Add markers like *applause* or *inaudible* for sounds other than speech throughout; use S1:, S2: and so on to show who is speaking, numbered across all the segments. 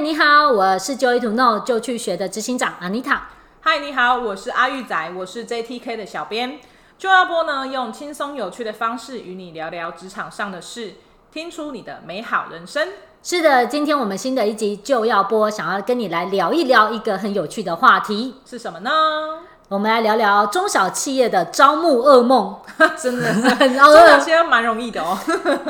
S1: 你好，我是 Joy to Know 就去学的执行长 Anita。
S2: 嗨，你好，我是阿玉仔，我是 JTK 的小编。就要播呢，用轻松有趣的方式与你聊聊职场上的事，听出你的美好人生。
S1: 是的，今天我们新的一集就要播，想要跟你来聊一聊一个很有趣的话题。
S2: 是什么呢？
S1: *laughs* 我们来聊聊中小企业的招募噩
S2: *laughs*
S1: 梦。
S2: 真的， *laughs*
S1: 很
S2: 中小企业蛮容易的
S1: *laughs*
S2: 哦。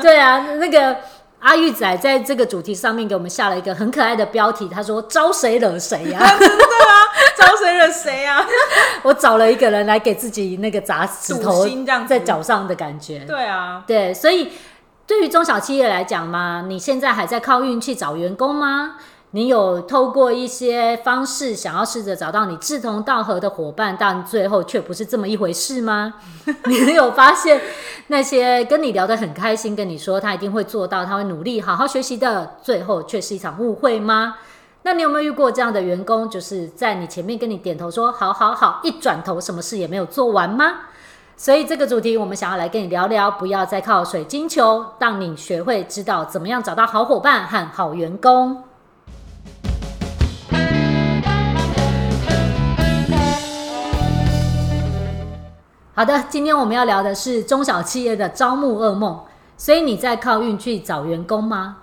S1: 对啊，那个阿玉仔在这个主题上面给我们下了一个很可爱的标题，他说“招谁惹谁
S2: *laughs*
S1: 呀、啊
S2: 招谁惹谁啊？”，
S1: 我找了一个人来给自己那个砸石头
S2: 赌心这样子
S1: 在脚上的感觉。
S2: 对啊，
S1: 对，所以对于中小企业来讲嘛，你现在还在靠运气找员工吗？你有透过一些方式想要试着找到你志同道合的伙伴，但最后却不是这么一回事吗？ *laughs* 你有发现那些跟你聊得很开心，跟你说他一定会做到，他会努力好好学习的，最后却是一场误会吗？那你有没有遇过这样的员工，就是在你前面跟你点头说好好好，一转头什么事也没有做完吗？所以这个主题，我们想要来跟你聊聊，不要再靠水晶球，让你学会知道怎么样找到好伙伴和好员工。好的，今天我们要聊的是中小企业的招募噩梦。所以你在靠运去找员工吗？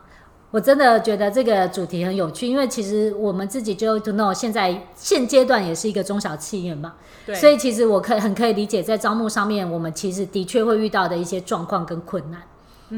S1: 我真的觉得这个主题很有趣，因为其实我们自己就 to know 现在现阶段也是一个中小企业嘛，
S2: 对，
S1: 所以其实我可很可以理解，在招募上面，我们其实的确会遇到的一些状况跟困难。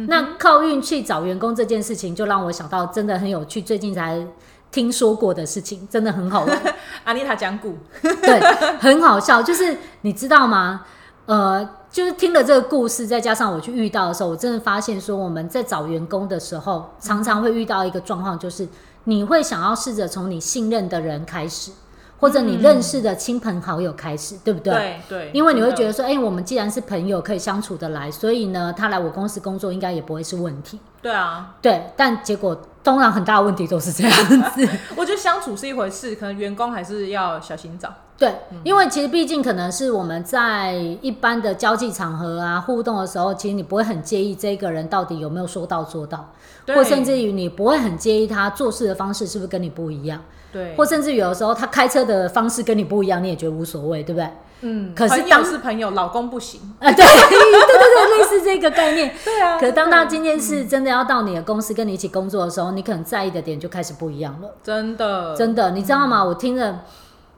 S1: 那靠运气找员工这件事情，就让我想到真的很有趣，最近才听说过的事情，真的很好玩，
S2: 阿丽塔讲古，
S1: 对，很好笑。就是你知道吗？呃，就是听了这个故事，再加上我去遇到的时候，我真的发现说，我们在找员工的时候，常常会遇到一个状况，就是你会想要试着从你信任的人开始，或者你认识的亲朋好友开始，对不对？
S2: 对对，
S1: 因为你会觉
S2: 得
S1: 得说，哎、我们既然是朋友，可以相处得来，所以呢，他来我公司工作应该也不会是问题。
S2: 对啊，
S1: 对，但结果通常很大的问题都是这样
S2: *laughs*
S1: 子。
S2: 我觉得相处是一回事，可能员工还是要小心找。
S1: 对，
S2: 嗯
S1: 因为其实毕竟可能是我们在一般的交际场合啊互动的时候，其实你不会很介意这个人到底有没有说到做到，
S2: 对
S1: 或甚至于你不会很介意他做事的方式是不是跟你不一样，
S2: 对，
S1: 或甚至于有的时候他开车的方式跟你不一样，你也觉得无所谓，对不对？
S2: 嗯，
S1: 可是
S2: 朋
S1: 当
S2: 友是朋友，老公不行。
S1: *laughs* 啊，对，对对对，类似这个概念。
S2: 对啊
S1: 可当他今天是真的要到你的公司跟你一起工作的时候，你可能在意的点就开始不一样了。
S2: 真的，
S1: 真的，你知道吗？
S2: 嗯
S1: 我听了，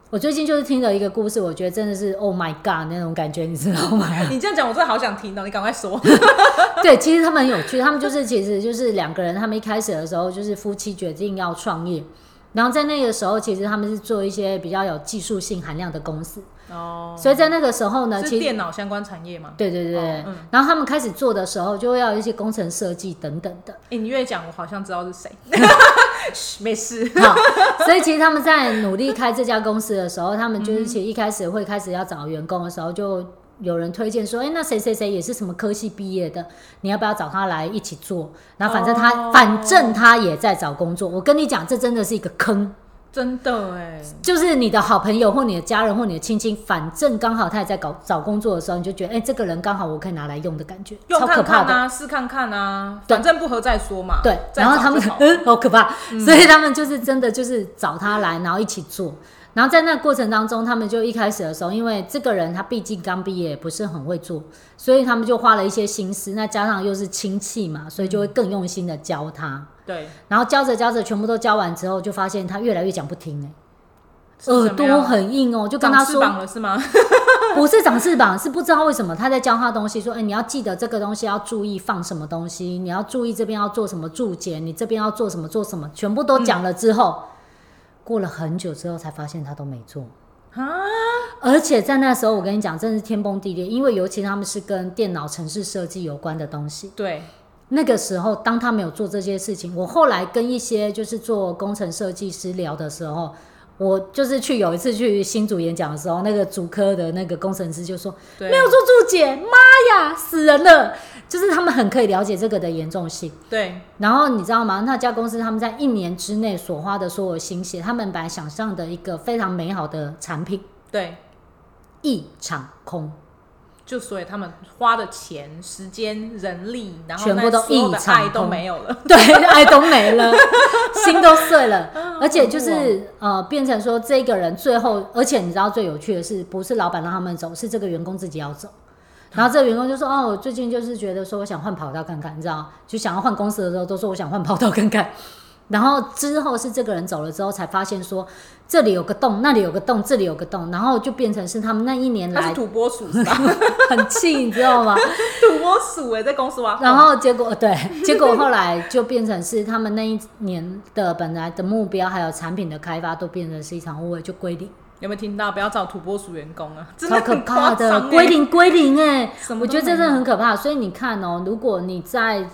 S1: 我最近就是听了一个故事，我觉得真的是 Oh my God 那种感觉，你知道吗？ *laughs*
S2: 你这样讲，我真的好想听到，哦你赶快说。
S1: 对，其实他们很有趣，他们就是其实就是两个人，他们一开始的时候就是夫妻决定要创业，然后在那个时候，其实他们是做一些比较有技术性含量的公司，
S2: 哦，
S1: 所以在那个时候呢，
S2: 是
S1: 呃其实
S2: 电脑相关产业吗？
S1: 对对对对
S2: 哦嗯
S1: 然后他们开始做的时候，就会要有一些工程设计等等
S2: *laughs*
S1: 的。
S2: 哎、你越讲，我好像知道
S1: *laughs*
S2: 是谁。嘘没事。
S1: 好，所以其实他们在努力开这家公司的时候，他们就是其实一开始会开始要找员工的时候，就有人推荐说，哎、那谁谁谁也是什么科系毕业的，你要不要找他来一起做？然后反正他、
S2: 哦
S1: 反正他也在找工作，我跟你讲，这真的是一个坑，
S2: 真的哎，
S1: 就是你的好朋友或你的家人或你的亲戚，反正刚好他也在搞找工作的时候，你就觉得，哎、这个人刚好我可以拿来用的感觉，
S2: 用
S1: 超可
S2: 看
S1: 怕
S2: 看
S1: 的。
S2: 啊，试看看啊，
S1: 对
S2: 反正不合再说嘛。
S1: 对，
S2: 再
S1: 然后
S2: 找
S1: 他们
S2: 就好
S1: 嗯， *laughs* 好可怕，所以他们就是真的就是找他来，然后一起做。然后在那过程当中，他们就一开始的时候，因为这个人他毕竟刚毕业，不是很会做，所以他们就花了一些心思。那加上又是亲戚嘛，所以就会更用心的教他。
S2: 对，
S1: 然后教着教着，全部都教完之后，就发现他越来越讲不听、欸，
S2: 是
S1: *laughs* 耳
S2: 怎么
S1: 朵
S2: 样
S1: 很硬哦、就跟他
S2: 长翅
S1: 说，
S2: 膀了是吗？
S1: *laughs* 不是长翅膀，是不知道为什么他在教他东西，说，哎、你要记得这个东西要注意放什么东西，你要注意这边要做什么注解，你这边要做什么做什么，全部都讲了之后，过了很久之后才发现他都没做。
S2: 啊，
S1: 而且在那时候，我跟你讲，真的是天崩地裂，因为尤其他们是跟电脑城市设计有关的东西。
S2: 对，
S1: 那个时候，当他没有做这些事情，我后来跟一些就是做工程设计师聊的时候，我就是去有一次去新竹演讲的时候，那个主科的那个工程师就说
S2: 对啊
S1: 没有做注解，妈呀，死人了！就是他们很可以了解这个的严重性。
S2: 对，
S1: 然后你知道吗？那家公司他们在一年之内所花的所有心血，他们本来想象的一个非常美好的产品，
S2: 对，
S1: 一场空。
S2: 就所以他们花的钱、时间、人力，然后
S1: 全部都
S2: 那所有的
S1: 一场
S2: 爱都
S1: 空
S2: 没有了。
S1: *laughs* 对，爱都没
S2: *laughs*
S1: 了，心都碎了，
S2: 嗯
S1: 而且
S2: 哦
S1: 就是呃，变成说这个人最后，而且你知道最有趣的是，不是老板让他们走，是这个员工自己要走。然后这个员工就说：“哦，我最近就是觉得说我想换跑道看看，你知道，就想要换公司的时候都说我想换跑道看看。然后之后是这个人走了之后才发现说这里有个洞，那里有个洞，这里有个洞，然后就变成是他们那一年
S2: 他是
S1: 来
S2: 土拨鼠是吧？
S1: *laughs* 很气，你知道吗？
S2: 土拨鼠哎、在公司挖洞。
S1: 然后结果对，结果后来就变成是他们那一年的本来的目标，还有产品的开发，都变成是一场误会，就归零，
S2: 有没有听到？不要找土拨鼠员工啊，真
S1: 超
S2: 的
S1: 可
S2: 很
S1: 怕
S2: 夸
S1: 的，
S2: 张、
S1: 归
S2: 欸。
S1: 零归零哎、
S2: 什么
S1: 我
S2: 都
S1: 觉得这
S2: 没
S1: 真的
S2: 有
S1: 很可怕。所以你看哦，如果你在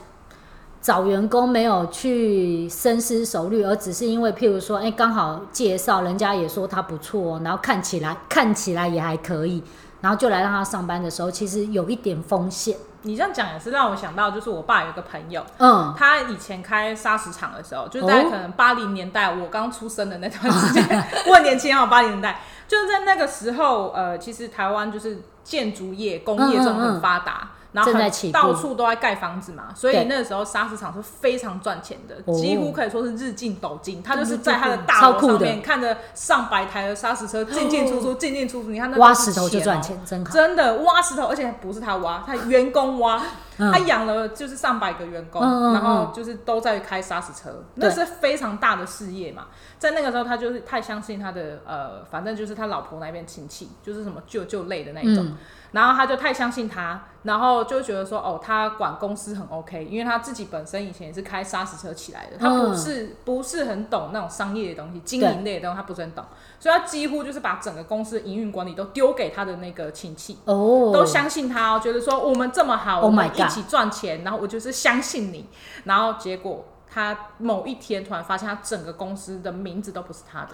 S1: 找员工没有去深思熟虑，而只是因为譬如说，哎，刚好介绍人家也说他不错、哦，然后看起来看起来也还可以，然后就来让他上班的时候，其实有一点风险，
S2: 你这样讲也是让我想到，就是我爸有一个朋友，
S1: 嗯。
S2: 他以前开砂石厂的时候，就在
S1: 哦
S2: 可能八零年代我刚出生的那段时间， *laughs* 我很年轻啊，八零年代就是在那个时候，呃，其实台湾就是建筑业、工业这种
S1: 嗯嗯嗯
S2: 很发达。然后
S1: 正在
S2: 很
S1: 起步
S2: 到处都在盖房子嘛，所以
S1: 对
S2: 那时候砂石厂是非常赚钱的，
S1: 哦
S2: 几乎可以说是日进斗金。他就
S1: 对
S2: 是
S1: 对
S2: 在他的
S1: 对
S2: 大
S1: 超
S2: 楼
S1: 酷的哦
S2: 上面看着上百台的砂石车进进出出、进进出出，你看那
S1: 挖
S2: 都是
S1: 石头就
S2: 哦
S1: 赚钱，真好。
S2: 真的挖石头，而且不是他挖，他员工挖，
S1: 嗯
S2: 他养了就是上百个员工，
S1: 嗯嗯嗯
S2: 然后就是都在开砂石车，
S1: 对
S2: 那是非常大的事业嘛。在那个时候，他就是太相信他的呃，反正就是他老婆那边亲戚，就是什么舅舅类的那一种，
S1: 嗯
S2: 然后他就太相信他，然后就觉得说哦，他管公司很 OK，因为他自己本身以前也是开砂石车起来的，他
S1: 嗯
S2: 不是、不是很懂那种商业的东西，经营类的东西他不是很懂，所以他几乎就是把整个公司的营运管理都丢给他的那个亲戚。
S1: 哦，
S2: 都相信他、哦，觉得说我们这么好
S1: Oh
S2: 我
S1: my
S2: 们
S1: God
S2: 一起赚钱，然后我就是相信你，然后结果他某一天突然发现，他整个公司的名字都不是他的，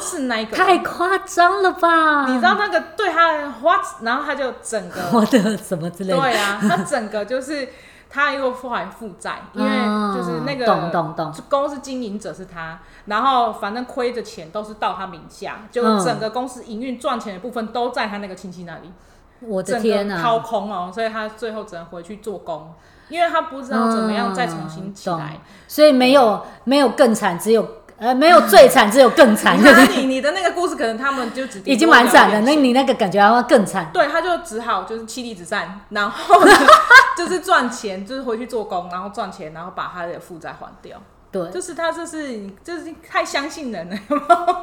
S2: 是那一个
S1: *gasps*
S2: 人
S1: 太夸张了吧？
S2: 你知道那个对他 what，然后他就整个
S1: 我的什么之类的？
S2: 对啊，他整个就是他又后来负债，因为就是那个
S1: 嗯懂懂懂
S2: 公司经营者是他，然后反正亏的钱都是到他名下，就
S1: 嗯
S2: 整个公司营运赚钱的部分都在他那个亲戚那里。
S1: 我的
S2: 整
S1: 天啊
S2: 个
S1: 哪、
S2: 掏空哦，所以他最后只能回去做工，因为他不知道怎么样再重新起来。
S1: 所以没有没有更惨，只有呃没有最惨，只有更
S2: *laughs*
S1: 惨，对不
S2: 那
S1: 对？
S2: 你你的那个故事，可能他们就只
S1: 嗯已经蛮惨
S2: 的
S1: 的，那你那个感觉还会更惨。
S2: 对，他就只好就是妻离子散，然后呢 *laughs* 就是赚钱，就是回去做工，然后赚钱，然后把他的负债还掉。
S1: 对，
S2: 就是他这是就是太相信人了， *laughs* 有没有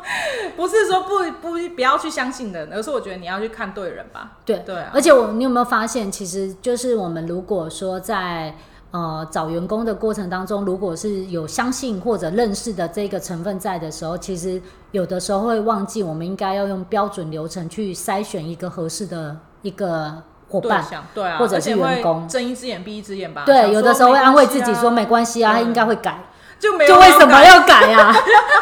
S2: 不是说不不不要去相信人，而是我觉得你要去看对人吧。
S1: 对
S2: 对啊
S1: 而且我，你有没有发现，其实就是我们如果说在呃找员工的过程当中，如果是有相信或者认识的这个成分在的时候，其实有的时候会忘记，我们应该要用标准流程去筛选一个合适的一个伙
S2: 对
S1: 伴。
S2: 象对啊，
S1: 或者
S2: 而且
S1: 是员
S2: 会
S1: 工
S2: 睁一只眼闭一只眼吧。想
S1: 对，有的
S2: 说
S1: 时候
S2: 没
S1: 会安
S2: 关
S1: 慰
S2: 系
S1: 自己
S2: 啊
S1: 说没关系啊，
S2: 对
S1: 他应该会改，
S2: 就没有
S1: 就为什么
S2: 改
S1: 要改啊？
S2: *laughs*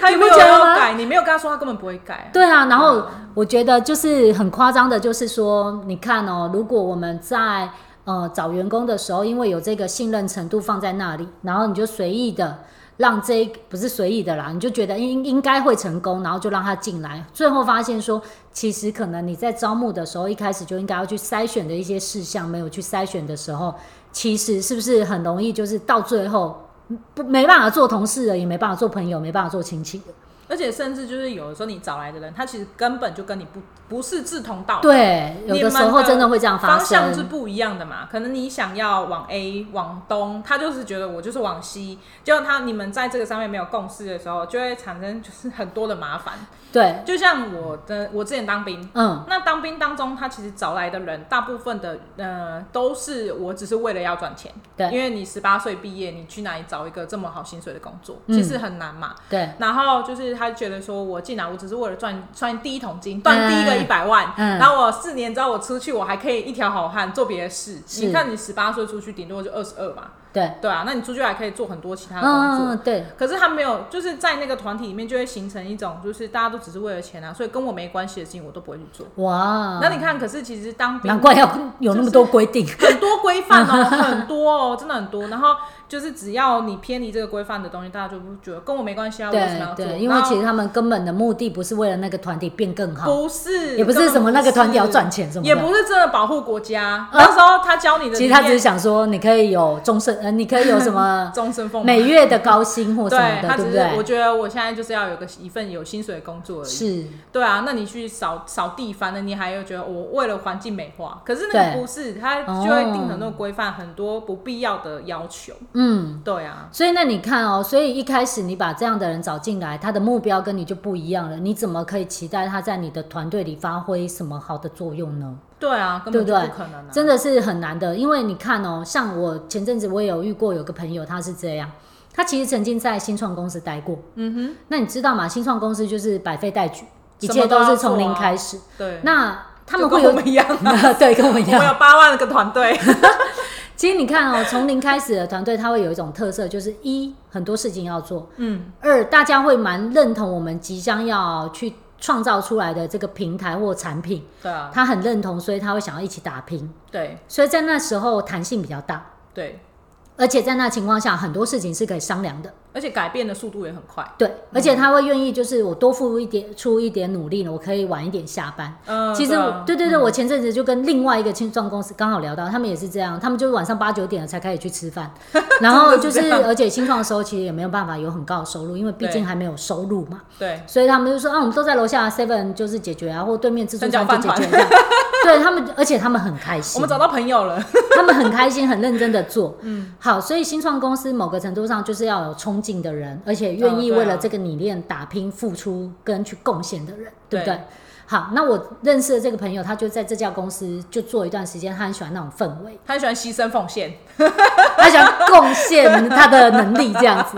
S2: 他
S1: 你
S2: 也
S1: 不
S2: 没
S1: 觉
S2: 有
S1: 得
S2: 要
S1: 吗
S2: 改，你没有跟他说，他根本不会改。
S1: 对啊，然后我觉得就是很夸张的，就是说，你看哦，如果我们在呃找员工的时候，因为有这个信任程度放在那里，然后你就随意的让这一不是随意的啦，你就觉得应应该会成功，然后就让他进来，最后发现说，其实可能你在招募的时候一开始就应该要去筛选的一些事项没有去筛选的时候，其实是不是很容易就是到最后不没办法做同事了，也没办法做朋友，没办法做亲戚了
S2: 而且甚至就是有的时候你找来的人，他其实根本就跟你不不是志同道合。
S1: 对，有
S2: 你
S1: 的
S2: 们
S1: 时候真的会这样发
S2: 方向是
S1: 生。
S2: 不一样的嘛。可能你想要往 A 往东，他就是觉得我就是往西，结果他你们在这个上面没有共识的时候，就会产生就是很多的麻烦。
S1: 对，
S2: 就像我的，我之前当兵，
S1: 嗯，
S2: 那当兵当中，他其实找来的人，大部分的呃都是我只是为了要赚钱，
S1: 对
S2: 因为你十八岁毕业，你去哪里找一个这么好薪水的工作，
S1: 嗯
S2: 其实很难嘛。
S1: 对，
S2: 然后就是他觉得说，我进来我只是为了赚赚第一桶金，赚第一个
S1: 嗯
S2: 一百万，
S1: 嗯
S2: 然后我四年之后我出去，我还可以一条好汉做别的事。
S1: 是
S2: 你看你十八岁出去，顶多就二十二嘛，
S1: 对，
S2: 对啊，那你出去还可以做很多其他的工作。
S1: 嗯，对，
S2: 可是他没有，就是在那个团体里面就会形成一种，就是大家都只是为了钱啊，所以跟我没关系的事情我都不会去做。
S1: 哇，
S2: 那你看，可是其实当兵
S1: 嗯难怪要有那么多规定，
S2: 很多规范
S1: *laughs*
S2: 哦，很多哦，真的很多。然后就是只要你偏离这个规范的东西，大家就不觉得跟我没关系啊，我为什么 *laughs* 要
S1: 对
S2: 做？
S1: 对，因为其实
S2: 然后
S1: 他们根本的目的不是为了那个团体变更好，
S2: 不是，
S1: 也不是什么那个团体要赚
S2: 钱，
S1: 钱什么
S2: 也
S1: 的。啊
S2: 不是真的保护国家。那时候他教你的理念，
S1: 其实他只是想说，你可以有终身，呃，你可以有什么
S2: *laughs* 终身奉
S1: 每
S2: 献。
S1: 月的高薪或什么
S2: 对
S1: 的，
S2: 他
S1: 对
S2: 只
S1: 不
S2: 是，我
S1: 对？
S2: 觉得我现在就是要有个一份有薪水的工作而已。
S1: 是，
S2: 对啊，那你去扫扫地，反正你还有觉得我为了环境美化，可是那个
S1: 对
S2: 不是，它就会定
S1: 哦
S2: 很多规范，很多不必要的要求。
S1: 嗯。
S2: 对啊，
S1: 所以那你看哦，所以一开始你把这样的人找进来，他的目标跟你就不一样了，你怎么可以期待他在你的团队里发挥什么好的作用呢？
S2: 对啊，根
S1: 对
S2: 本
S1: 不
S2: 就
S1: 对
S2: 不可能啊。
S1: 真的是很难的，因为你看哦，像我前阵子我也有遇过有个朋友，他是这样，他其实曾经在新创公司待过。
S2: 嗯
S1: 那你知道吗？新创公司就是百废待举，一
S2: 什么
S1: 切
S2: 都
S1: 都
S2: 要
S1: 是从
S2: 做啊
S1: 零开始。
S2: 哼，对，
S1: 那他们
S2: 就
S1: 会
S2: 跟
S1: 有
S2: 我们一
S1: *laughs*
S2: 样，
S1: 对，跟我们一
S2: 我们
S1: 样。
S2: 有八万个
S1: *laughs*
S2: 团队，
S1: 其实你看哦，从零开始的团队，它会有一种特色，就是一很多事情要做，
S2: 嗯，
S1: 二大家会蛮认同我们即将要去创造出来的这个平台或产品，
S2: 对啊，
S1: 他很认同，所以他会想要一起打拼。
S2: 对
S1: 所以在那时候弹性比较大，
S2: 对，
S1: 而且在那情况下，很多事情是可以商量的。
S2: 而且改变的速度也很快。
S1: 对，而
S2: 嗯
S1: 且他会愿意，就是我多付一点出一点努力呢，我可以晚一点下班。
S2: 嗯，
S1: 其实
S2: 对
S1: 我
S2: 啊
S1: 对对对，我前阵子就跟另外一个青创公司刚好聊到，他们也是这样，他们就是晚上八九点了才开始去吃
S2: *laughs*
S1: 饭，然后就
S2: 真的是
S1: 是
S2: 这样
S1: 而且新创的时候其实也没有办法有很高的收入，因为毕
S2: 对
S1: 竟还没有收入嘛，
S2: 对
S1: 所以他们就说啊，我们都在楼下 Seven 就是解决啊，或对面自助
S2: 三角
S1: 餐就
S2: 饭
S1: 解决一
S2: *laughs*
S1: 下。对他们，而且他们很开
S2: 我
S1: 心
S2: 们，找到朋友了， *laughs*
S1: *laughs* 他们很开心，很认真的做。
S2: 嗯，
S1: 好，所以新创公司某个程度上就是要有冲劲的人，而且愿意
S2: 嗯对啊
S1: 为了这个理念打拼、付出跟去贡献的人，对不对
S2: 对？
S1: 好，那我认识的这个朋友，他就在这家公司就做一段时间，他很喜欢那种氛围， *laughs*
S2: 他很喜欢牺牲奉献，
S1: 他想贡献他的能力这样子。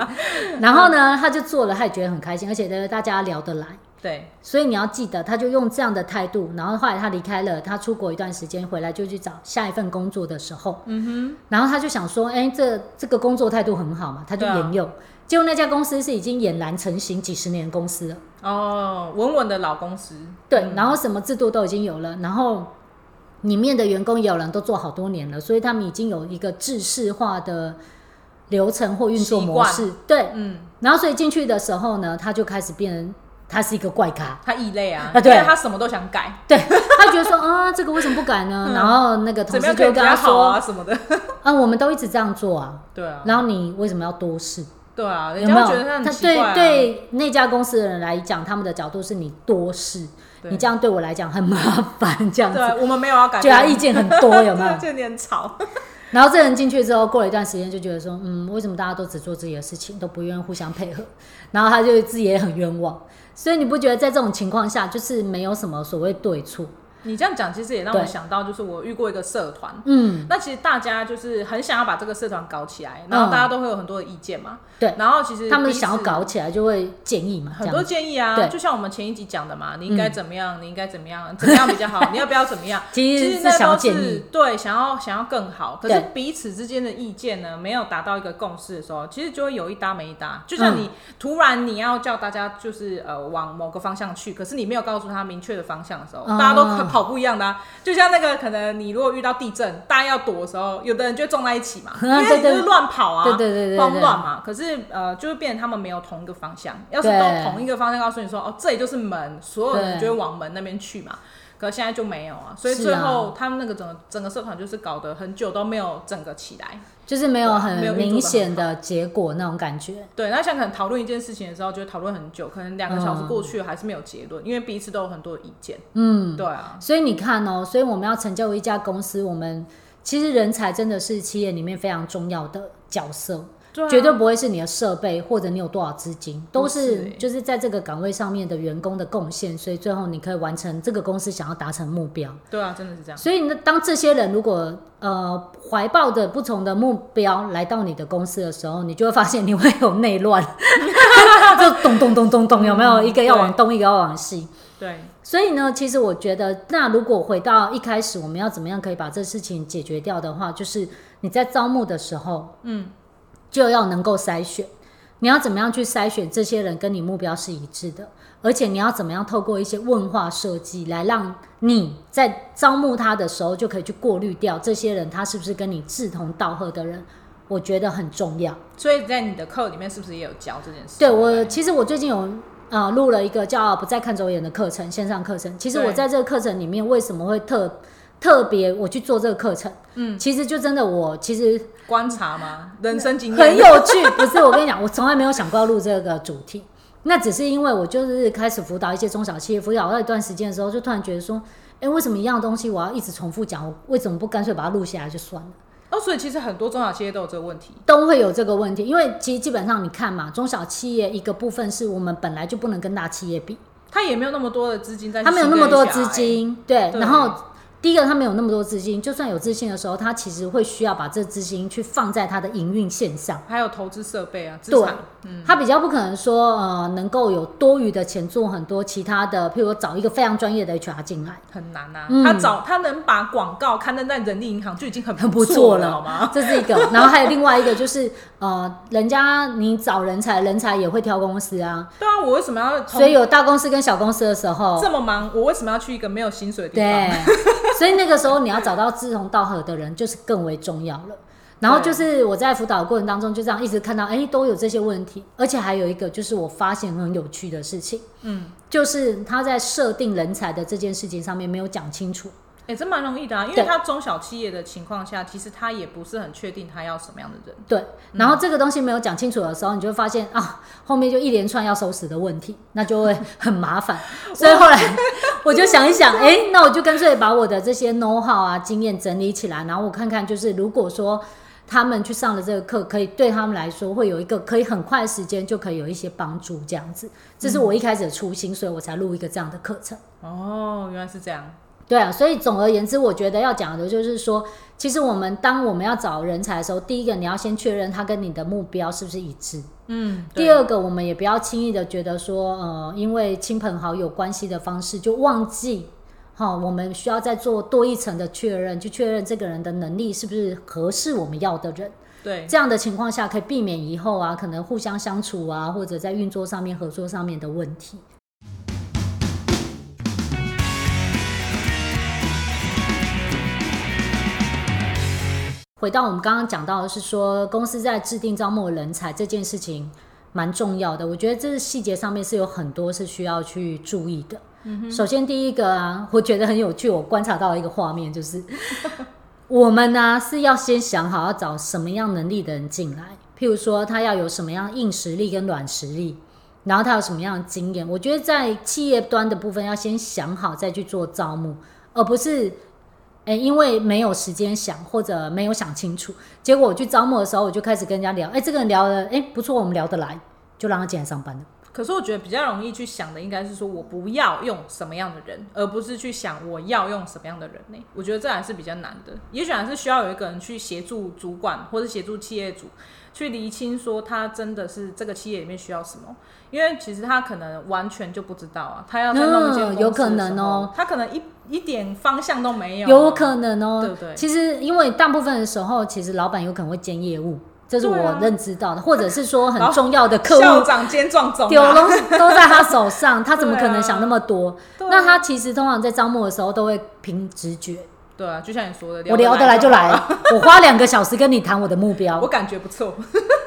S1: 然后呢，他就做了，他也觉得很开心，而且呢，大家聊得来。
S2: 对
S1: 所以你要记得，他就用这样的态度，然后后来他离开了，他出国一段时间回来就去找下一份工作的时候，嗯哼，然后他就想说，哎、这这个工作态度很好嘛，他就
S2: 对啊
S1: 沿用。结果那家公司是已经俨然成型几十年的公司了，
S2: 哦，稳稳的老公司，
S1: 对，然后什么制度都已经有了，然后里面的员工也有人都做好多年了，所以他们已经有一个制式化的流程或运作
S2: 习
S1: 模
S2: 惯
S1: 式，对。
S2: 嗯，
S1: 然后所以进去的时候呢，他就开始变成他是一个怪咖，
S2: 他异类啊，
S1: 啊对
S2: 因为他什么都想改，
S1: 对 *laughs* 他觉得说啊，这个为什么不改呢？
S2: 嗯
S1: 然后那个同
S2: 怎么
S1: 事
S2: 样可以
S1: 就跟
S2: 比
S1: 他
S2: 较好
S1: 说
S2: 啊什么的， *laughs*
S1: 啊，我们都一直这样做啊，
S2: 对啊，
S1: 然后你为什么要多事？
S2: 对啊，人
S1: 有
S2: 家
S1: 没
S2: 会
S1: 有
S2: 觉得他？很
S1: 他
S2: 奇怪、
S1: 对
S2: 啊。
S1: 对那家公司的人来讲，他们的角度是你多事，
S2: 对
S1: 你这样对我来讲很麻烦，这样子，
S2: 对，我们没有要改
S1: 觉
S2: 变，
S1: 得啊他意见很多，有没有
S2: 对？就有点吵。 *laughs*
S1: 然后这人进去之后，过了一段时间就觉得说，嗯，为什么大家都只做自己的事情，都不愿意互相配合？然后他就自己也很冤枉。所以你不觉得在这种情况下，就是没有什么所谓对错？
S2: 你这样讲，其实也让我
S1: 对
S2: 想到，就是我遇过一个社团，
S1: 嗯，
S2: 那其实大家就是很想要把这个社团搞起来，然
S1: 嗯
S2: 后大家都会有很多的意见嘛。
S1: 对
S2: 然后其实
S1: 他们
S2: 彼此
S1: 想要搞起来就会建议嘛，这
S2: 很
S1: 样
S2: 多
S1: 子。
S2: 建议啊，
S1: 对嗯
S2: 就像我们前一集讲的嘛，你应该怎么样，你应该怎么样，怎么样比较好，你要不要怎么样？
S1: 其实
S2: 其
S1: 是
S2: 那
S1: 想要
S2: 都
S1: 建
S2: 是
S1: 议，
S2: 对啊想要想要更好，可是
S1: 对
S2: 彼此之间的意见呢，没有达到一个共识的时候，其实就会有一搭没一搭。就
S1: 嗯
S2: 像你、突然你要叫大家就是呃往某个方向去，可是你没有告诉他明确的方向的时候，
S1: 哦
S2: 大家都跑不一样的、啊。就像那个可能你如果遇到地震，大家要躲的时候，有的人就会撞在一起嘛，因
S1: 嗯 *laughs* 对
S2: 为你就
S1: 对
S2: 是乱跑啊，
S1: 对对对对对
S2: 慌乱嘛。可是呃，就会变成他们没有同一个方向。要是
S1: 对
S2: 都同一个方向，告诉你说哦，这里就是门，所有人
S1: 对
S2: 就会往门那边去嘛。可现在就没有啊，所以
S1: 是
S2: 最
S1: 啊
S2: 后他们那个整个整个社团就是搞得很久都没有整个起来。
S1: 就是没有很
S2: 没有运作得很好
S1: 明显的结果那种感觉。
S2: 对，那像可能讨论一件事情的时候，就会讨论很久，可能两个小时
S1: 嗯
S2: 过去了还是没有结论，因为彼此都有很多的意见。
S1: 嗯，
S2: 对啊，
S1: 所以你看哦，所以我们要成就一家公司，我们其实人才真的是企业里面非常重要的角色，
S2: 对啊
S1: 绝对不会是你的设备或者你有多少资金，都
S2: 不是
S1: 是
S2: 欸
S1: 就是在这个岗位上面的员工的贡献，所以最后你可以完成这个公司想要达成目标。
S2: 对啊，真的是这样。
S1: 所以呢，当这些人如果呃怀抱着
S2: *laughs*
S1: 不同的目标来到你的公司的时候，你就会发现你会有内乱，就咚咚咚咚咚，有没有？
S2: 嗯
S1: 一个要往
S2: 对
S1: 东，一个要往西。
S2: 对，
S1: 所以呢，其实我觉得，那如果回到一开始，我们要怎么样可以把这事情解决掉的话，就是你在招募的时候
S2: 嗯，
S1: 就要能够筛选，你要怎么样去筛选这些人跟你目标是一致的，而且你要怎么样透过一些问话设计来让你在招募他的时候就可以去过滤掉这些人他是不是跟你志同道合的人，我觉得很重要。
S2: 所以在你的课里面是不是也有教这件事？
S1: 对我，其实我最近有呃录了一个叫“不再看走眼”的课程，线上课程。其实
S2: 对
S1: 我在这个课程里面，为什么会特特别我去做这个课程？
S2: 嗯，
S1: 其实就真的我其实
S2: 观察吗？人生经验
S1: 很
S2: *laughs*
S1: 有趣，不是我跟你讲，我从来没有想过要录这个主题。那只是因为我就是开始辅导一些中小企业，辅导到一段时间的时候，就突然觉得说，哎，为什么一样的东西我要一直重复讲？我为什么不干脆把它录下来就算了？
S2: 哦，所以其实很多中小企业都有这个问题。
S1: 都会有这个问题，因为其实基本上你看嘛，中小企业一个部分是我们本来就不能跟大企业比，
S2: 他也没有那么多的资金在，
S1: 他没有那么多资，金，对，
S2: 对
S1: 然后。第一个，他没有那么多资金，就算有资金的时候，他其实会需要把这资金去放在他的营运线上，
S2: 还有投资设备啊，资
S1: 对
S2: 产，嗯，
S1: 他比较不可能说呃能够有多余的钱做很多其他的，譬如说找一个非常专业的 HR 进来，
S2: 很难啊。
S1: 嗯
S2: 他找他能把广告刊登在人力银行就已经很
S1: 很
S2: 不
S1: 不错
S2: 了，
S1: 了
S2: 好吗？
S1: 这是一个。然后还有另外一个就是呃，人家你找人才，人才也会挑公司啊，
S2: 对啊，我为什么要从
S1: 所以有大公司跟小公司的时候，
S2: 这么忙？我为什么要去一个没有薪水的地
S1: 对
S2: 方？，
S1: 所以那个时候你要找到志同道合的人，就是更为重要了。然后就是我在辅导的过程当中，就这样一直看到，哎，都有这些问题，而且还有一个就是我发现很有趣的事情，
S2: 嗯，
S1: 就是他在设定人才的这件事情上面没有讲清楚。
S2: 哎、这蛮容易的啊，因为
S1: 对
S2: 他中小企业的情况下，其实他也不是很确定他要什么样的人。
S1: 对，然后这个东西没有讲清楚的时候，你就会发现啊，后面就一连串要收拾的问题，那就会很麻烦。所以后来我就想一想，哎、那我就干脆把我的这些 know how 啊经验整理起来，然后我看看，就是如果说他们去上了这个课，可以对他们来说会有一个可以很快时间就可以有一些帮助，这样子。这是我一开始的初心，所以我才录一个这样的课程。
S2: 哦，原来是这样。
S1: 对啊，所以总而言之，我觉得要讲的就是说，其实我们当我们要找人才的时候，第一个你要先确认他跟你的目标是不是一致。
S2: 嗯，
S1: 第
S2: 对，
S1: 二个，我们也不要轻易的觉得说，呃，因为亲朋好友关系的方式就忘记，好、我们需要再做多一层的确认，去确认这个人的能力是不是合适我们要的人。
S2: 对，
S1: 这样的情况下，可以避免以后啊，可能互相相处啊，或者在运作上面、合作上面的问题。回到我们刚刚讲到的是说，公司在制定招募人才这件事情蛮重要的，我觉得这是细节上面是有很多是需要去注意的。首先第一个啊，我觉得很有趣，我观察到一个画面，就是我们呢、是要先想好要找什么样能力的人进来，譬如说他要有什么样硬实力跟软实力，然后他有什么样的经验。我觉得在企业端的部分要先想好再去做招募，而不是。诶，因为没有时间想，或者没有想清楚，结果我去招募的时候，我就开始跟人家聊，诶，这个人聊的，诶，不错，我们聊得来，就让他进来上班了。
S2: 可是我觉得比较容易去想的，应该是说我不要用什么样的人，而不是去想我要用什么样的人呢、我觉得这还是比较难的，也许还是需要有一个人去协助主管或者协助企业主去厘清，说他真的是这个企业里面需要什么。因为其实他可能完全就不知道啊，他要在弄一间公司的时候、
S1: 嗯有可能哦
S2: 他可能一一点方向都没有，啊
S1: 有可能哦、
S2: 对不对
S1: 其实因为大部分的时候，其实老板有可能会兼业务，这是
S2: 对啊
S1: 我认知到的，或者是说
S2: 老
S1: 很重要的客
S2: 校
S1: 户
S2: 长兼撞钟、
S1: 丢
S2: 啊，
S1: 东西都在他手上，他怎么
S2: 对啊
S1: 可能想那么多？
S2: 对啊
S1: 那他其实通常在招募的时候都会凭直觉，
S2: 对啊，就像你说的，
S1: 我聊得来就
S2: 好
S1: 来，我花两个小时跟你谈我的目标
S2: 我，感觉不错，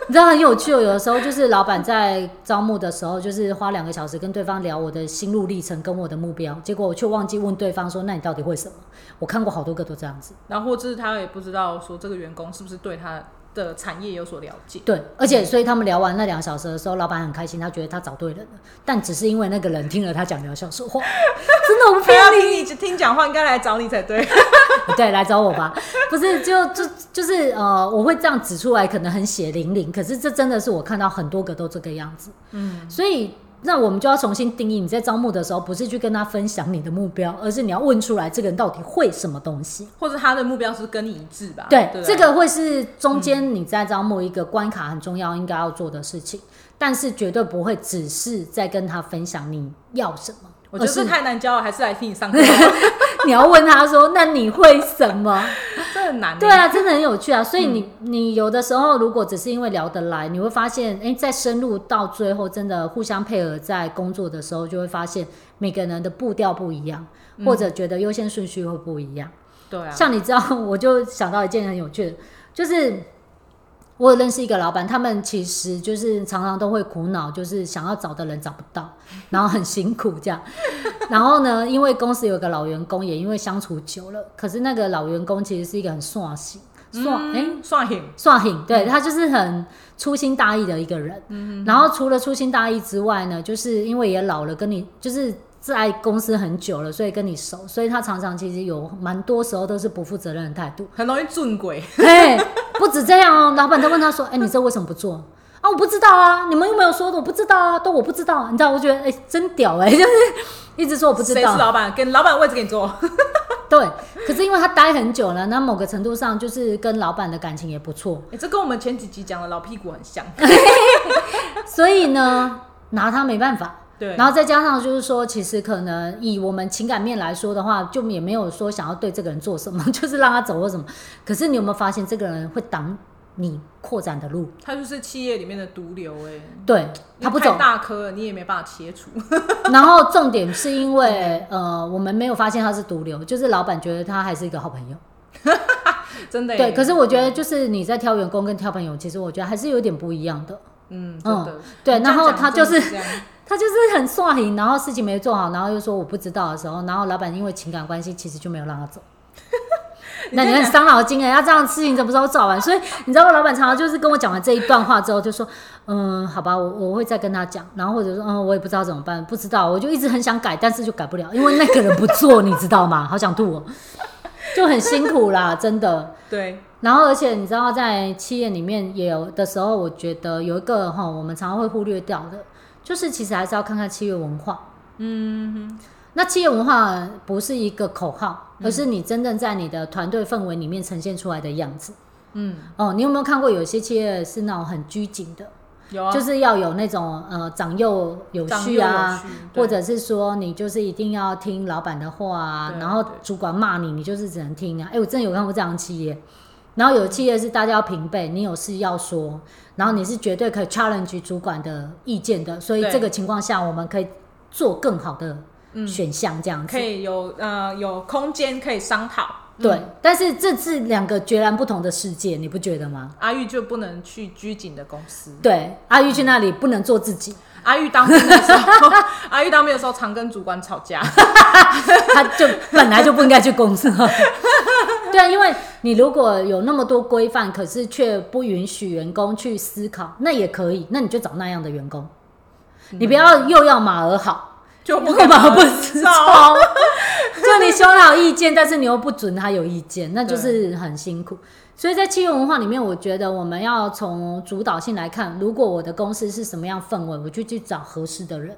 S1: 你知道很有趣哦，有的时候就是老板在招募的时候，就是花两个小时跟对方聊我的心路历程跟我的目标，结果我却忘记问对方说，那你到底会什么？我看过好多个都这样子。
S2: 然后或者是他也不知道说这个员工是不是对他的产业有所了解。
S1: 对，而且所以他们聊完那两个小时的时候，老板很开心，他觉得他找对人了，但只是因为那个人听了他讲疗效说话， *laughs* 真的我不
S2: 不
S1: 骗
S2: 要
S1: 你。
S2: 啊听你听讲话，应该来找你才对。
S1: *laughs*
S2: *laughs*
S1: 对，来找我吧。不是，就就就是呃，我会这样指出来，可能很血淋淋，可是这真的是我看到很多个都这个样子。
S2: 嗯，
S1: 所以那我们就要重新定义，你在招募的时候，不是去跟他分享你的目标，而是你要问出来这个人到底会什么东西。
S2: 或者他的目标是跟你一致吧？
S1: 对，
S2: 不
S1: 这个会是中间你在招募一个关卡很重要应该要做的事情，但是绝对不会只是在跟他分享你要什么，
S2: 我觉得
S1: 而
S2: 这
S1: 是
S2: 太难教了，还是来听你上课吧，
S1: *laughs* 你要问他说：“那你会什
S2: *laughs*
S1: 么？”
S2: 这很难。欸
S1: 对，啊，真的很有趣啊！所以你、
S2: 嗯
S1: 你有的时候如果只是因为聊得来，你会发现，哎、在深入到最后，真的互相配合在工作的时候，就会发现每个人的步调不一样，或
S2: 嗯
S1: 者觉得优先顺序会不一样。
S2: 对啊，
S1: 像你知道，我就想到一件很有趣的，就是我有认识一个老板，他们其实就是常常都会苦恼，就是想要找的人找不到，然后很辛苦这样。 *laughs* 然后呢，因为公司有个老员工，也因为相处久了，可是那个老员工其实是一个很算性算哎。诶
S2: 嗯，算狠，
S1: 算很对他就是很粗心大意的一个人。然后除了粗心大意之外呢，就是因为也老了，跟你就是在公司很久了，所以跟你熟，所以他常常其实有蛮多时候都是不负责任的态 *laughs* 度。
S2: 很容易准鬼。
S1: 哎，不止这样哦，老板都问他说：“哎、你这为什么不做？”啊，我不知道啊，你们又没有说的，我不知道啊，都我不知道。你知道，我觉得哎、真屌哎、 *laughs* 就是一直说我不知
S2: 谁
S1: 道
S2: 是。老板？给老板位置给你坐。 *laughs*
S1: 对，可是因为他待很久了，那某个程度上就是跟老板的感情也不错，
S2: 欸这跟我们前几集讲的老屁股很
S1: *laughs*
S2: 像。
S1: 所以呢，拿他没办法。
S2: 对，
S1: 然后再加上就是说，其实可能以我们情感面来说的话，就也没有说想要对这个人做什么， *laughs* 就是让他走或什么。可是你有没有发现，这个人会挡你扩展的路？
S2: 他就是企业里面的毒瘤哎、
S1: 对他不
S2: 因为
S1: 走
S2: 太。大颗了，你也没办法切除。 *laughs*
S1: 然后重点是因为呃，我们没有发现他是毒瘤，就是老板觉得他还是一个好朋友。
S2: 真的、欸。
S1: 对，可是我觉得就是你在挑员工跟挑朋友，其实我觉得还是有点不一样的。
S2: 嗯，真的。
S1: 对
S2: 你这样
S1: 然后
S2: 讲
S1: 他
S2: 真的
S1: 就是
S2: 这样
S1: 他就是很刷屏，然后事情没做好，然后又说我不知道的时候，然后老板因为情感关系，其实就没有让他 *laughs* 走。那你很伤脑筋哎、要这样的事情怎么时候做完？所以你知道，我老板常常就是跟我讲完这一段话之后，就说：“嗯，好吧，我我会再跟他讲。”然后或者说：“嗯，我也不知道怎么办，不知道，我就一直很想改，但是就改不了，因为那个人不做，你知道吗？好想吐哦，就很辛苦啦，真的。
S2: 对，
S1: *laughs* 然后，而且你知道，在企业里面也有的时候，我觉得有一个哈，我们常常会忽略掉的，就是其实还是要看看企业文化。嗯，那企业文化不是一个口号，
S2: 嗯
S1: 而是你真正在你的团队氛围里面呈现出来的样子。
S2: 嗯，
S1: 哦，你有没有看过有些企业是那种很拘谨的，
S2: 有啊，
S1: 就是要有那种呃长幼有
S2: 长
S1: 序
S2: 幼有
S1: 啊
S2: 序，对
S1: 或者是说你就是一定要听老板的话啊，
S2: 对
S1: 然后
S2: 对
S1: 主管骂你，你就是只能听啊。哎、我真的有看过这样的企业，然后有企业是大家要平辈，你有事要说，然后你是绝对可以 challenge 主管的意见的，所以
S2: 对
S1: 这个情况下我们可以做更好的选项，这样子。
S2: 嗯可以嗯有呃有空间可以商讨。
S1: 对，但是这是两个截然不同的世界，你不觉得吗？
S2: 阿玉就不能去拘谨的公司。
S1: 对，阿玉去那里不能做自己，
S2: 阿玉当兵的时候， *laughs* 阿玉当兵的时候常跟主管吵架。 *laughs*
S1: *laughs* 他就本来就不应该去公司。 *laughs* 对啊，因为你如果有那么多规范，可是却不允许员工去思考，那也可以，那你就找那样的员工，你不要又要马儿好，
S2: 就不
S1: 又马儿不
S2: 知
S1: 吃
S2: 道。 *laughs*
S1: 草， *laughs* 就你修好意见，但是你又不准他有意见，那就是很辛苦。所以在企业文化里面，我觉得我们要从主导性来看，如果我的公司是什么样氛围，我就去找合适的人。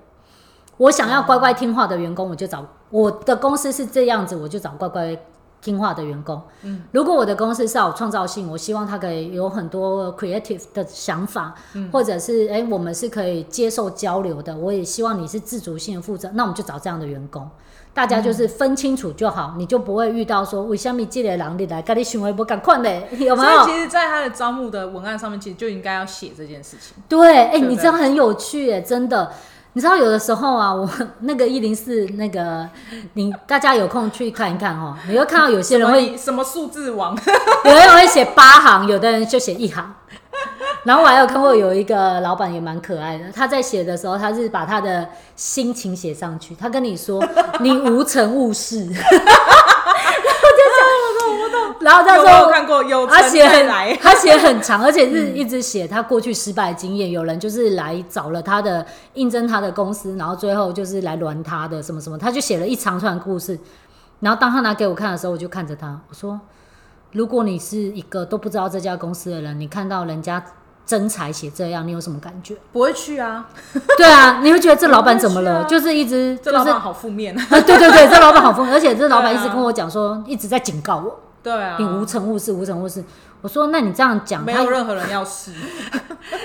S1: 我想要乖乖听话的员工，我就找我的公司是这样子，我就找乖乖听话的员工。嗯，如果我的公司是要有创造性，我希望他可以有很多 creative 的想法，
S2: 嗯
S1: 或者是哎、诶我们是可以接受交流的。我也希望你是自主性的负责，那我们就找这样的员工。大家就是分清楚就好，你就不会遇到说为什么这个人你来跟你行为不赶快的，有没
S2: *laughs* 所以
S1: 有？
S2: 其实，在他的招募的文案上面，其实就应该要写这件事情。
S1: 对，哎、
S2: 对不
S1: 你
S2: 对
S1: 这样很有趣耶，真的。你知道有的时候啊，我 *laughs* 那个一零四那个，你大家有空去看一看哦。你会看到有些人会，
S2: 什么数字王？
S1: 有的人会写八行，有的人就写一行。然后我还有看过有一个老板也蛮可爱的，他在写的时候，他是把他的心情写上去。他跟你说：“你无成勿 *laughs* 事。”然后
S2: 哎
S1: 就这样，
S2: *laughs*
S1: 然后 *laughs* 他
S2: 有没有
S1: 说
S2: 看过有
S1: 他
S2: 成
S1: 写
S2: 再
S1: 很？
S2: 来
S1: 他写很长， *laughs* 而且是一直写他过去失败的经验。有人就是来找了他的应征他的公司，然后最后就是来乱他的什么什么，他就写了一长串故事。然后当他拿给我看的时候，我就看着他，我说：“如果你是一个都不知道这家公司的人，你看到人家真才写这样，你有什么感觉？
S2: 不会去啊，
S1: *laughs* 对 *laughs* 啊，你会觉得这老板怎么了？
S2: 不会去啊
S1: 就是一直
S2: 这
S1: 就
S2: 老
S1: 是
S2: 板好负面。
S1: 啊， *laughs* 对对对，这老板好 *laughs* 疯，而且这老板一直
S2: 对啊
S1: 跟我讲说，一直在警告我，
S2: 对啊，
S1: 你无成务事，无成务事。我说，那你这样讲，
S2: 没
S1: 他
S2: 有任何人要试。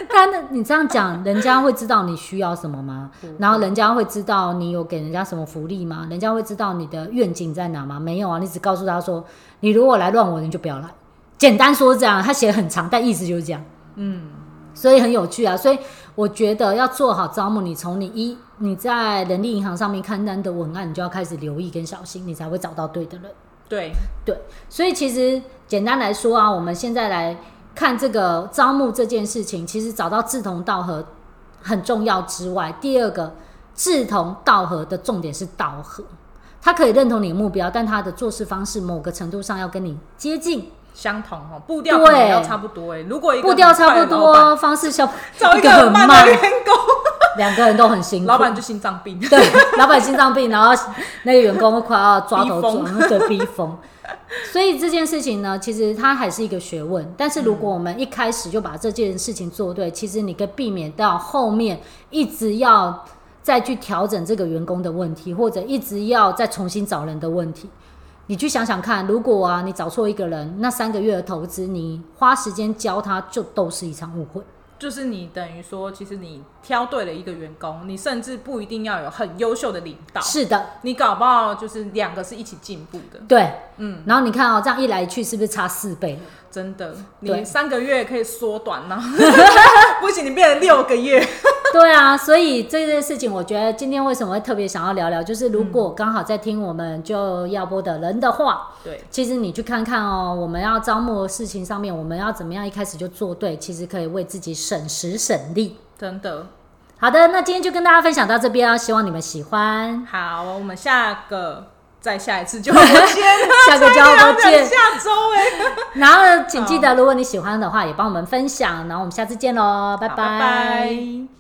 S1: 他那你这样讲，人家会知道你需要什么吗？然后人家会知道你有给人家什么福利吗？人家会知道你的愿景在哪吗？没有啊，你只告诉他说，你如果来乱我，你就不要来。简单说这样，他写得很长，但意思就是这样。
S2: 嗯，
S1: 所以很有趣啊。所以我觉得要做好招募，你从你一你在人力银行上面看单的文案，你就要开始留意跟小心，你才会找到对的人。
S2: 对，
S1: 对，所以其实简单来说啊，我们现在来看这个招募这件事情，其实找到志同道合很重要之外，第二个志同道合的重点是道合，他可以认同你的目标，但他的做事方式某个程度上要跟你接近，
S2: 相同哦，步调可能
S1: 对
S2: 要差不多哎。如果一个
S1: 步调
S2: 很快
S1: 差
S2: 的
S1: 不
S2: 老板，
S1: 多，方式效
S2: 找一
S1: 个
S2: 个
S1: 很
S2: 很慢
S1: 慢
S2: 的，
S1: *laughs*
S2: 员工，
S1: 两个人都很辛苦，
S2: 老板就心脏病。
S1: *laughs* 对，老板心脏病，然后那个员工快要抓头
S2: *laughs* 逼
S1: 撞，对，逼疯。所以这件事情呢，其实它还是一个学问。但是如果我们一开始就把这件事情做对，其实你可以避免到后面一直要再去调整这个员工的问题，或者一直要再重新找人的问题。你去想想看，如果啊你找错一个人，那三个月的投资，你花时间教他，就都是一场误会。
S2: 就是你等于说，其实你挑对了一个员工，你甚至不一定要有很优秀的领导，
S1: 是的，
S2: 你搞不好就是两个是一起进步的，
S1: 对，
S2: 嗯，
S1: 然后你看哦，这样一来一去是不是差四倍了？
S2: 真的。
S1: 对
S2: 你三个月可以缩短呢、
S1: *laughs*
S2: 不行，你变成六个月。
S1: 对啊，所以这件事情，我觉得今天为什么会特别想要聊聊，就是如果刚好在听我们就要播的人的话，
S2: 对，
S1: 其实你去看看哦，我们要招募的事情上面，我们要怎么样一开始就做对，其实可以为自己省时省力。
S2: 真的。
S1: 好的，那今天就跟大家分享到这边啊，希望你们喜欢， *laughs*
S2: 好，我们下个再下一次就不见 *laughs* 了，
S1: 下个交流
S2: 不
S1: 见。
S2: 下周哎、
S1: 然后呢请记得，如果你喜欢的话，也帮我们分享，然后我们下次见喽，拜
S2: 好拜拜